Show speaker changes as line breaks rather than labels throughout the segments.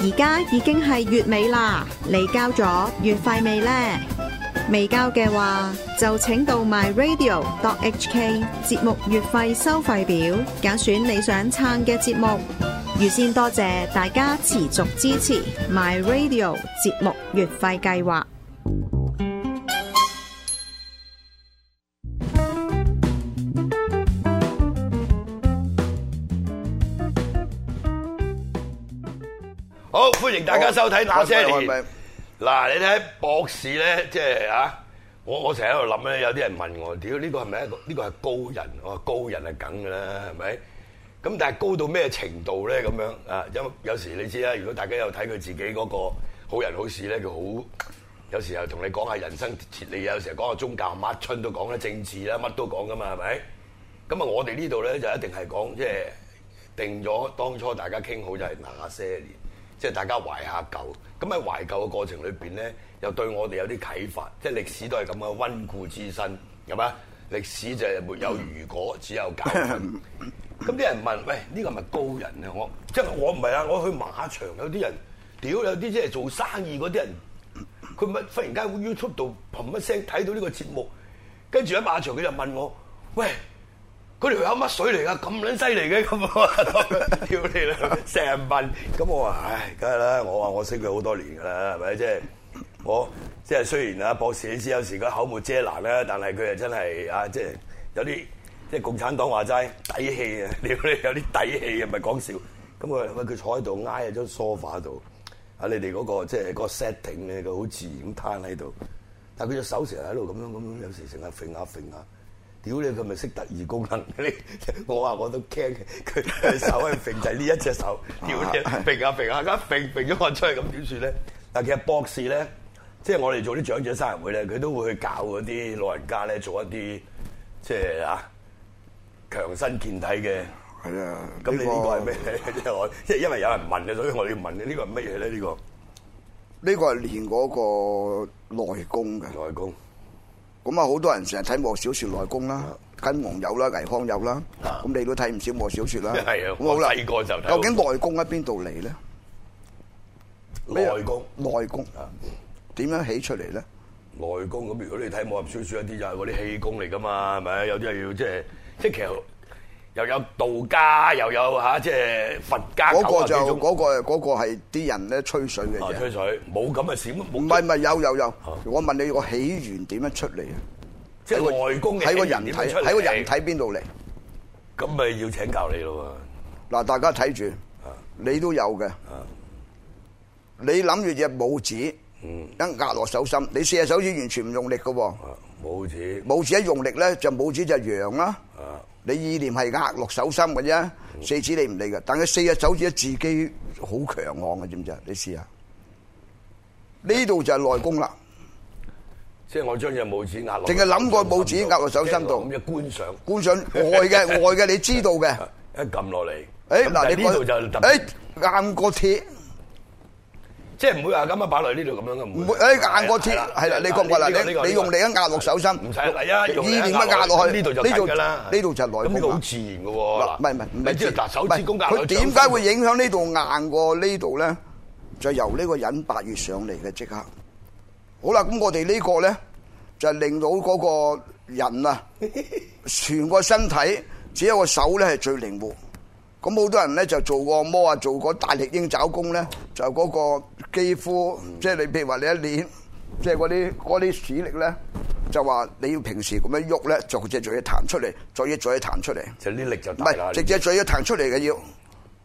而家已經係月尾啦，你交咗月費未呢？未交嘅話，就請到 myradio.hk 節目月費收費表，揀選你想撐嘅節目。預先多謝大家持續支持 myradio 節目月費計劃。
好，歡迎大家收睇《那些
喂喂
年
喂》。
嗱，你睇博士咧，即係啊，我我成日喺度諗咧，有啲人問我，屌呢個係咪一個呢個係高人？我話高人係梗㗎啦，係咪？咁但係高到咩程度咧？咁樣啊，因為有時你知啦，如果大家有睇佢自己嗰個好人好事咧，佢好有時候同你講下人生哲理，有時候講下宗教，乜春都講啦，政治啦，乜都講噶嘛，係咪？咁啊，我哋呢度咧就一定係講即係定咗當初大家傾好就係那些年，即係大家懷下舊。咁喺懷舊嘅過程裏邊咧，又對我哋有啲啟發，即係歷史都係咁嘅温故知新，係嘛？歷史就係沒有如果，只有教訓。咁啲人問：喂，呢個係咪高人咧？我即係我唔係啊！我去馬場有啲人，屌有啲即係做生意嗰啲人，佢咪忽然間喺 YouTube 度砰一聲睇到呢個節目，跟住喺馬場佢就問我：喂！嗰條友乜水嚟㗎？咁撚犀利嘅咁啊！屌你啦，成日問咁我話：唉，梗係啦！我話我識佢好多年㗎啦，係咪即係我即係雖然啊博士，你知有時佢口沒遮攔啦，但係佢又真係啊，即係有啲即係共產黨話齋底氣啊！屌你有啲底氣啊，唔係講笑。咁佢話喂佢坐喺度挨喺張 sofa 度，啊你哋嗰、個即係嗰個 setting 咧，佢好自然咁攤喺度，但係佢隻手成日喺度咁樣咁樣，有時成日揈下揈下。屌你佢咪識特異功能？你 我話我都驚佢佢手係揈就係呢一隻 手，
啊
屌你揈下揈下，啊一揈揈咗我出去咁點算咧？嗱，其實博士咧，即係我哋做啲長者生日會咧，佢都會去教嗰啲老人家咧做一啲即係啊強身健體嘅。
係啊，
咁你呢個係
係
咩？ 即係我即係因為有人問嘅，所以我哋要問呢個係乜嘢咧？呢個
呢個係練嗰個內功嘅。
內功
咁啊，好多人成日睇武俠小說內功啦，跟黃有啦、倪匡有啦，
啊
咁你都睇唔少武俠小說啦。
係啊
咁好啦
我細個就睇
究竟內功喺邊度嚟咧？
內功
內功
啊。
點樣起出嚟咧？
內功咁，如果你睇武俠小說一啲就係嗰啲氣功嚟噶嘛，係咪？有啲係要即係即係其實又有道家，又有嚇即係佛家
嗰
九
個
啊幾
就
種
嗰個嗰個係啲人咧吹水嘅
啊
啫
吹。水，冇咁嘅事，冇
唔係唔係有有有
啊，
我問你個起源點樣出嚟啊？
即係內功嘅
喺個
起源
人體
點樣出嚟
喺個人體邊度嚟？
咁咪要請教你咯
嗱，大家睇住，你都有嘅。你諗住隻拇指一壓落手心，你四隻手指完全唔用力嘅喎。
喎，啊冇似
拇指一用力咧，就拇指就揚啦。
啊
你意念係壓落手心嘅啫，四指你唔理嘅。但佢四隻手指自己好強悍嘅，知唔知啊？你試下，呢度就係內功啦。
即係我將隻拇指壓落，
淨係諗過拇指壓落手心度
咁嘅觀賞，
觀想外嘅外嘅，你知 道嘅。
一撳落嚟，
誒
咁
嗱，
但係
你
呢度
覺
就特別
誒硬過鐵，
即係唔會話咁樣擺落呢度咁樣嘅，
唔
唔
會誒硬過鐵，係啦，你覺唔覺啦？
呢個呢個
你你用力一壓落手心，
唔使嚟啊！用
意
力一
念一壓落去，
呢度就緊㗎啦，
呢度就係
咁
內
呢個
功
好
啦。
自然嘅
嗱
喎，
唔係唔係唔
哦你
係
知啊道嗱手指公壓落
佢
去
點解會影響呢度硬過呢度咧？就由呢個引八月上嚟嘅即刻。好啦，咁我哋呢個咧就令到嗰個 人啊，全個身體只有個手咧係最靈活。咁好多人咧就做過按摩啊，做過大力鷹爪功咧，就嗰個肌膚，即係你譬如話你一練，即係嗰啲嗰啲屎力咧，就話你要平時咁樣喐咧，就隻嘴彈出嚟，再隻嘴彈出嚟。
就啲力就
唔
大啦
係，直接嘴一彈出嚟嘅要，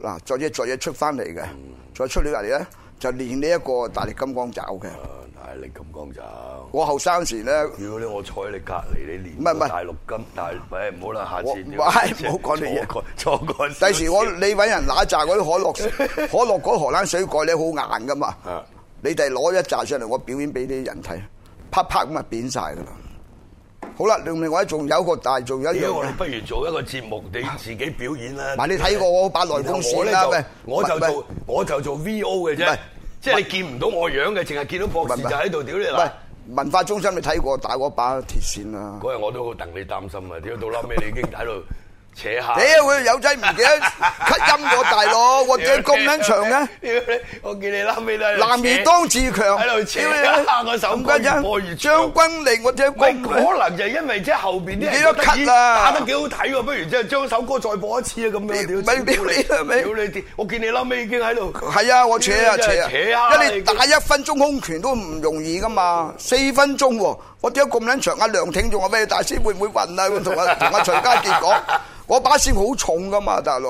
嗱，再只再只出翻嚟嘅，
嗯
再出嚟嚟咧就練呢一個大力金剛爪嘅。
啊大力咁講就，
我後生時咧，
如果你我坐喺你隔離，你
唔
連
係唔係
大陸金，但係喂唔好啦，下
我
次
唔
屌
係
即係
唔好講呢嘢
錯過錯過少少。
第時我你揾人揦一扎嗰啲可樂 可樂嗰荷蘭水蓋咧好硬噶嘛
啊，
你哋攞一扎上嚟，我表演俾啲人睇，啪啪咁啊扁晒噶啦。好啦，另外仲有一個大，仲有一樣
屌我
嘢
哋。不如做一個節目，你自己表演啦。
嗱你睇過我把內
然後我
功線
咧
啦，
就
喂，
我就
喂
做我就做 VO 嘅
唔係
啫，即係你見唔到我樣嘅，淨係見到博士就喺度屌你嗱。
喂，文化中心你睇過打嗰把鐵線啦。
嗰日我都好戥你擔心啊！屌到嬲尾你已經喺度扯下。
屌佢友仔唔記得咳音我大佬，我
屌
點咁撚長 嘅？
屌你！我見你拉尾都喺度扯
男兒當自強，
喺度扯 下個手
唔
歌
緊
越
要
播越
將
長。
軍令我聽
喂，
講，
可能就係因為即係後邊啲人
你都
覺得
cut
咦
啦
打得幾好睇喎，不如即係將首歌再播一次啊咁
你
樣。
咪屌你啦咪
屌你屌！我見你拉尾已經喺度。
係啊，我扯啊
真係
扯啊，
扯啊
因為你打一分鐘空拳都唔容易噶嘛，四分鐘喎，我點解咁撚長？阿梁挺仲話咩？大師會唔會暈啊？我同阿同阿徐家傑講，我把線好重噶嘛，大佬，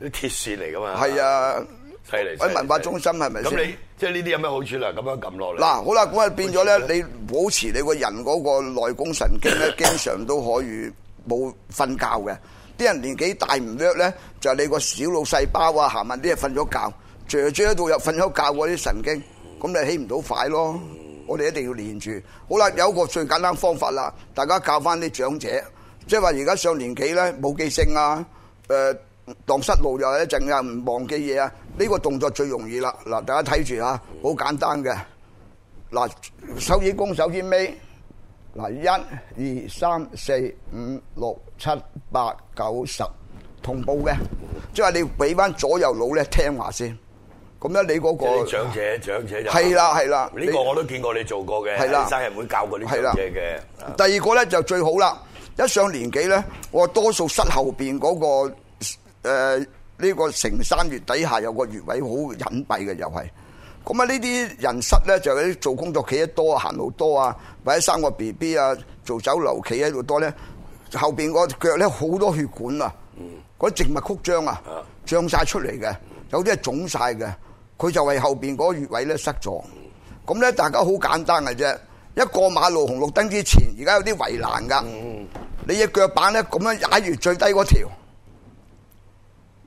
啲鐵線嚟噶嘛。
係，啊，
犀利。
喺文化中心係咪
咁
先
你？即係呢啲有咩好處啦？咁樣撳落嚟。
嗱，好啦，咁啊變咗咧，你保持你個人嗰個內功神經咧， 經常都可以冇瞓覺嘅。啲人年紀大唔叻咧，就係你個小腦細胞啊、行運啲嘢瞓咗覺，嚼嚼到又瞓咗覺嗰啲神經，咁你起唔到快咯。我哋一定要練住。好啦，有一個最簡單方法啦，大家教翻啲長者，即係話而家上年紀咧冇記性啊，誒、蕩失路又係一陣啊，唔忘記嘢啊，呢、個動作最容易啦。嗱，大家睇住啊，好簡單嘅。嗱，手指公手指尾，嗱，一、二、三、四、五、六、七、八、九、十，同步嘅，即係你俾翻左右腦咧聽話先，咁樣你
即係
嗰、個
啲長者，長者就
係啦係啦
呢個我都見過你做過嘅，
啊係啦
生日會教過啲
係啦
長者嘅。啊
第二個咧就最好啦，一上年紀咧，我多數室後邊嗰、個呃呢、個成山穴底下有個穴位好隱蔽嘅，又係。咁啊，呢啲人室咧就係啲做工作企得多啊，行路多啊，或者生個 B B 啊，做酒樓企喺度多咧，後邊個腳咧好多血管啊，嗰啲靜脈曲張啊
啊，
脹晒出嚟嘅，有啲係腫晒嘅，佢就係後邊嗰個穴位咧塞咗。咁咧，大家好簡單嘅啫。一過馬路紅綠燈之前，而家有啲圍欄噶，你只腳板咧咁樣踩住最低嗰條，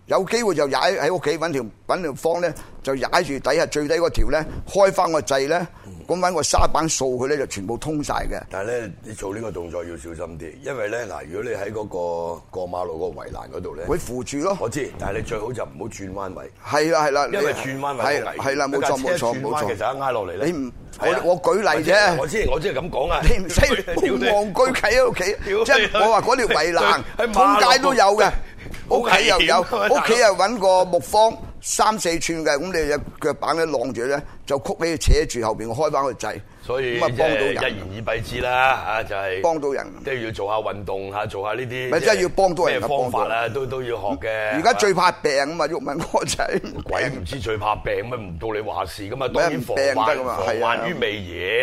有機會就踩喺屋企揾條揾條方咧，就踩住底下最低嗰條咧，開翻個掣咧，咁揾個沙板掃佢咧，就全部通晒嘅。
但係咧，你做呢個動作要小心啲，因為咧嗱，如果你喺嗰個過馬路個圍欄嗰度咧，
會扶住咯，
我知，但係你最好就唔好轉彎位，
係啦係啦，
因為轉彎位好危
係
險
係啦，冇錯冇錯
一架車轉
冇
彎其
錯，
實一挨落嚟咧，
你唔
係啊
我我舉例啫
我知我知係咁講啊，
你唔 使
屌你
戇居企喺屋企
屌，你
即係我話嗰條圍欄
喺馬路
通街都有嘅，
好
屋企又有，
危險啊
屋企又揾個木方三四寸嘅，咁你隻腳板咧晾住咧，就曲俾佢扯住後邊開翻個掣，
所以
咁啊
即
幫到
係一
人
言，以蔽之啦，嚇就係
幫到人。
即係要做下運動嚇，做下呢啲
咪真係要幫到人
咩
啊
方法
幫到
啊，都都要學嘅。
而家最怕病啊嘛，鬱文哥仔，
鬼唔知最怕病咩？唔到你話事噶嘛，
咩
當然
唔
防
病得㗎
患
嘛
防
係啊
患於未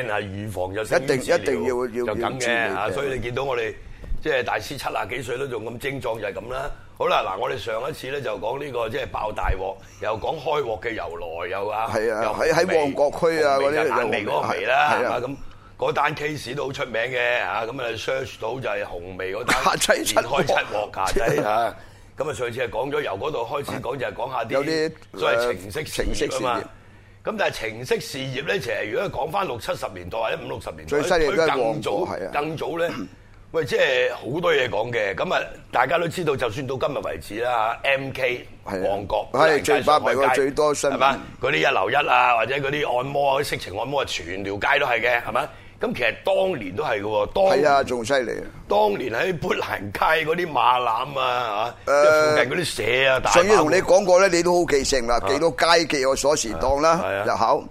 然啊，預防就勝於
一定
治療
一定要要
就
要
咁
注
嘅
意
啊！
嘅
所以你見到我哋即係大師七啊幾歲都仲咁精壯就係咁啦。好啦，嗱，我哋上一次咧就講呢個即係爆大鑊，又講開鑊嘅由來，又啊，
係啊
又
喺喺
味
旺角區啊
味就
嗰啲
眼眉
有
嗰個
味
味啦，
係
係
啊
嘛咁。嗰單 case 都好出名嘅嚇，咁啊 search 到就係紅味嗰 單
架仔七鑊
連開七鑊架仔嚇。咁啊，上次係講咗由嗰度開始講就係講下啲
有啲
所謂
誒
程式事
程式
業啊
事
嘛
業。
咁但係程式事業咧，其實如果講翻六七十年代或者五六十年代，
最犀利都係
佢更
旺角
早
係啊
更早 咧，喂，即係好多嘢講嘅。咁啊，大家都知道，就算到今日為止啦，M K
係啊
旺角
係
蘭街
最巴閉
上海街
最多新聞
係嘛？嗰啲一樓一啊，或者嗰啲按摩啊、嗰啲色情按摩啊，全條街都係嘅，係嘛？咁其實當年都係嘅喎，當
係啊，仲犀利啊！
當年喺砵蘭街嗰啲馬攬啊，嚇、
誒
即係附近嗰啲社啊，大
呃上次
馬
同你講過咧，你都好記性啦，幾多街記我鎖匙檔
係啊
啦
係啊
入口。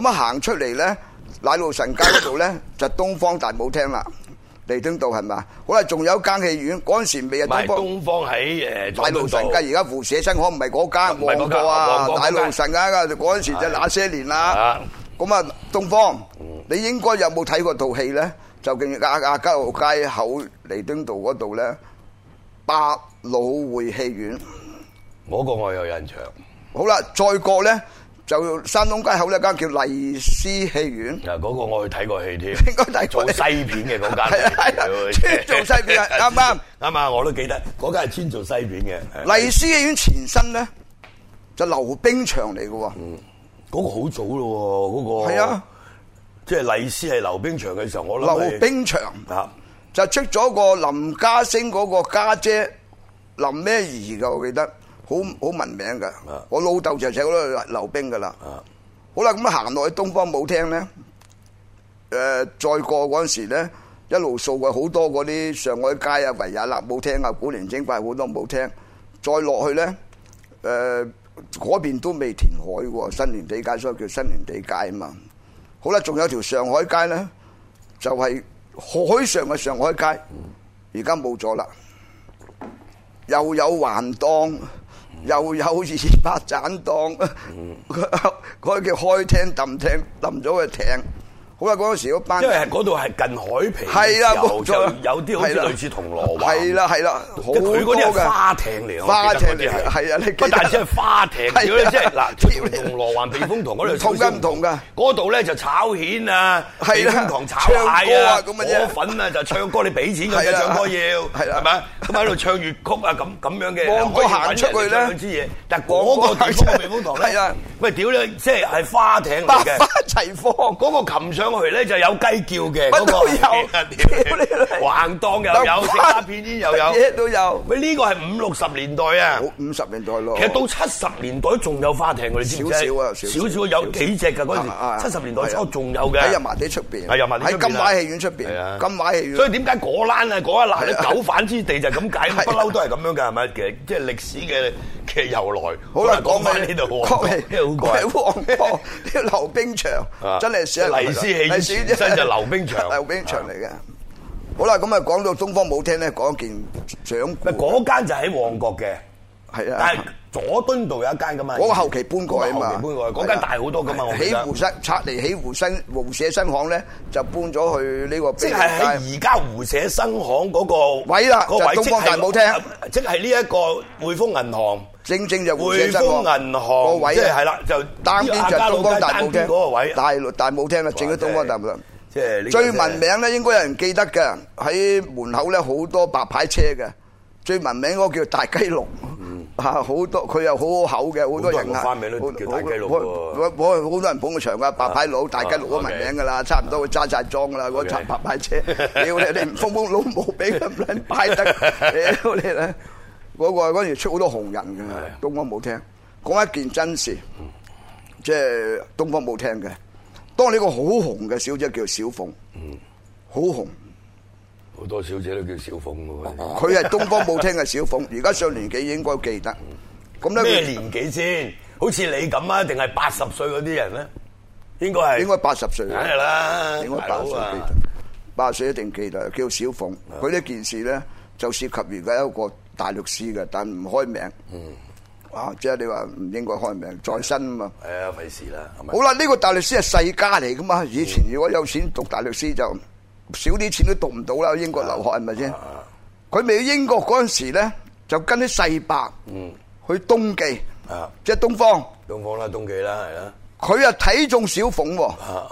咁啊行出嚟咧，奶路神街嗰 度咧就東方大舞廳啦，彌敦道係咪？好啦，仲有間戲院，嗰陣時未
唔
係
係
東方。
東方喺呃誒
大路神街而家扶社新行唔係嗰
唔係
間
嗰
旺
間
角
旺
啊
角嗰，間
大路神街啊，嗰陣時就那些年
啊
啦。咁啊，東方，你應該有冇睇過套戲咧？就勁亞亞皆老街口彌敦道嗰度咧，百老匯戲院。
嗰個我有印象，
好啦，再過咧就山東街口呢間叫麗思戲院。
嗱啊嗰個我去睇過戲添，
應該睇過
做西片嘅嗰
係
間
啊係啊
係，
做西片啊啱唔啱？
啱啊！我都記得嗰間係專做西片嘅，啊
麗思戲院前身咧就溜冰場嚟嘅喎，
嗯嗰個好早咯喎，嗰個
係啊，
即係麗斯係溜冰場嘅時候，我諗係
溜冰場
啊，
就出咗個林家聲嗰個家姐林咩儀嘅，我記得好好文名嘅
啊。
我老豆就喺嗰度溜冰嘅啦。
啊
好啦，咁行落去東方舞廳咧，誒、再過嗰陣時咧，一路掃過好多嗰啲上海街啊、維也納舞廳啊、古靈精怪好多舞廳，再落去咧，誒、嗰邊都未填海喎，新年地街所以叫新年地街啊嘛。好啦，仲有條上海街咧，就係、海上嘅上海街，而家冇咗啦。又有環檔，又有二百盞檔， 嗰個叫開廳揼廳揼咗個艇。好啦，嗰陣時嗰班
因為係嗰度係近海皮嘅
係
時
啦，
候，
冇
就
錯啦，
有啲好似
係啦
類似銅鑼灣，
係啦係啦，好
即係佢嗰啲係
多嘅
花艇嚟，
花艇
我記得嗰
嚟
啲
嘅，係啊，你記
不
得
但只係花艇，
係啊
屌你即係嗱，
屌你
銅鑼灣避風塘嗰度
唔同㗎
少少
唔同㗎
嗰度咧就炒蜆啊，避
係啦
風塘炒蟹啊，
唱歌啊咁嘅啫
河粉啊就唱歌，你俾錢咁
係
嘅
啦
唱歌要，
係
係
啦
咪？咁喺度唱粵曲啊，咁咁樣嘅，
望過行出去咧
可以揾人哋唱兩支嘢，但係嗰個地方嘅避風塘咧，
係啊
喂，屌你，即係係花艇
百
嚟嘅
花。齊放。
哦，嗰個擒上去咧就有雞叫嘅，
乜都有
嗰個
屌你老味
橫檔又有，食鴉片煙又有。
嘢都有。
喂，呢個係五六十年代啊，
好五十年代咯，
其實到七十年代仲有花艇，你知唔知？
少少啊少少
少少有幾隻㗎
啊啊
嗰陣時，七十年代初
係啊
仲有嘅。
喺油麻地出邊，
係油麻地出邊
喺
啊
金馬戲院出
係啊
邊，金馬戲院。
所以點解果欄啊嗰一欄咧
係啊
狗反之地就係咁解，
係啊
不嬲都係咁樣㗎，係咪？其實即係歷史嘅嘅由來。
好啦，講
翻呢度喎，
講
真係好怪
起旺角啲溜冰場
啊，
真係寫
黎師戲院前身就溜冰場
溜冰場嚟嘅。好啦，咁啊講到東方舞廳咧，講件掌
咪
故，
嗰間就喺旺角嘅。
係
但
啊
係。佐敦道有一間噶嘛，
嗰個後期搬過去啊嘛，
嗰個後期搬過去嗰間大好多噶嘛，我記
起
得
湖。新拆嚟起湖新湖社新行咧，就搬咗去呢個
即
碧
係
咸街。
喺而家湖社新行嗰個
位啦
個
就東方大舞廳，
即係即係呢一個匯豐銀行。
正正就湖社
匯
新行
豐銀
個
行
位
即係
啊
係啦，就
單邊就東方大舞
單邊
廳
嗰個位，
大大舞廳啦，整咗東方大舞廳。
即係呢個
最文名咧，應該有人記得嘅，喺門口咧好多白牌車嘅。最文名嗰個叫大雞籠，啊好多佢又好好口嘅，好
好多
多人啊
人個花名都叫大雞籠
好
喎
好好好多人捧佢場㗎，白牌佬、
啊
大雞籠都文名㗎啦，差唔多佢揸晒裝㗎啦，嗰
OK
層白牌車，屌你你唔風風老母俾佢唔撚擺得，屌你咧！嗰個嗰陣時出好多紅人嘅，東方舞廳講一件真事，即係東方舞廳嘅。當你個好紅嘅小姐叫小鳳，好紅，
好多小姐都叫小鳳嘅喎。
啊佢係東方舞廳嘅小鳳，而家上年紀應該記得。咁
咩
咧，
年紀先？好似你咁啊，定係八十歲嗰啲人咧？應該係
應該八十歲
梗係啦，
應該
大佬
八十歲記
啊
得，八十歲一定記得，叫小鳳。佢呢件事咧就涉及而家一個大律師嘅，但唔開名。啊，即係你話唔應該開名，在身啊嘛。
係啊，費事啦，係咪
好？啦，呢、個大律師係世家嚟噶嘛？以前如果有錢讀大律師就少啲錢都讀唔到啦，英國留學係咪先？佢未去英國嗰陣時咧，就跟啲世伯去東記，
啊，
即係東方。
東方啦，東記啦，係啦，
佢啊睇中小鳳喎，
啊。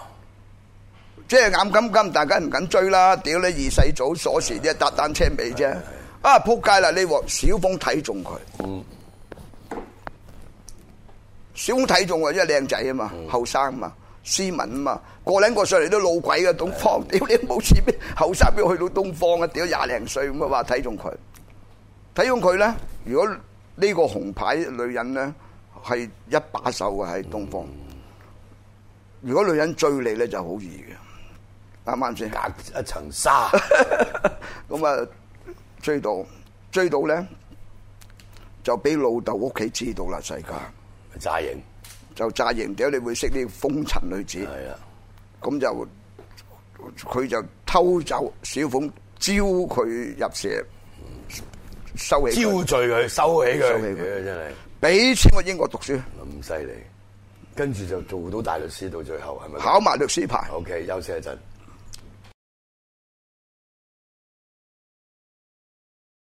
即係眼金金，大家唔敢追啦。屌你二世祖鎖匙啫，搭單車尾啫。啊，撲街啦！呢鑊小鳳睇中佢，小鳳睇中佢，因為靚仔啊嘛，後生啊嘛，斯文啊嘛，個撚個上嚟都老鬼嘅東方，屌你冇錢咩？後生邊去到東方啊？屌廿零歲咁啊，話睇中佢，睇中佢咧。如果呢個紅牌女人咧係一把手嘅喺東方，如果女人追你咧就好易嘅，啱唔啱先？
隔一層沙，
咁啊追到追到咧，就俾老豆屋企知道啦，世界
炸型
就炸型屌，你會識啲風塵女子，
係啊，
咁就佢就偷走小鳳，招佢入社，收起
招
佢，
聚佢，收起佢，
收起佢
真係
俾錢我英國讀書，
咁犀利。跟住就做到大律師，到最後係咪？
考埋律師牌。
OK，休息一陣。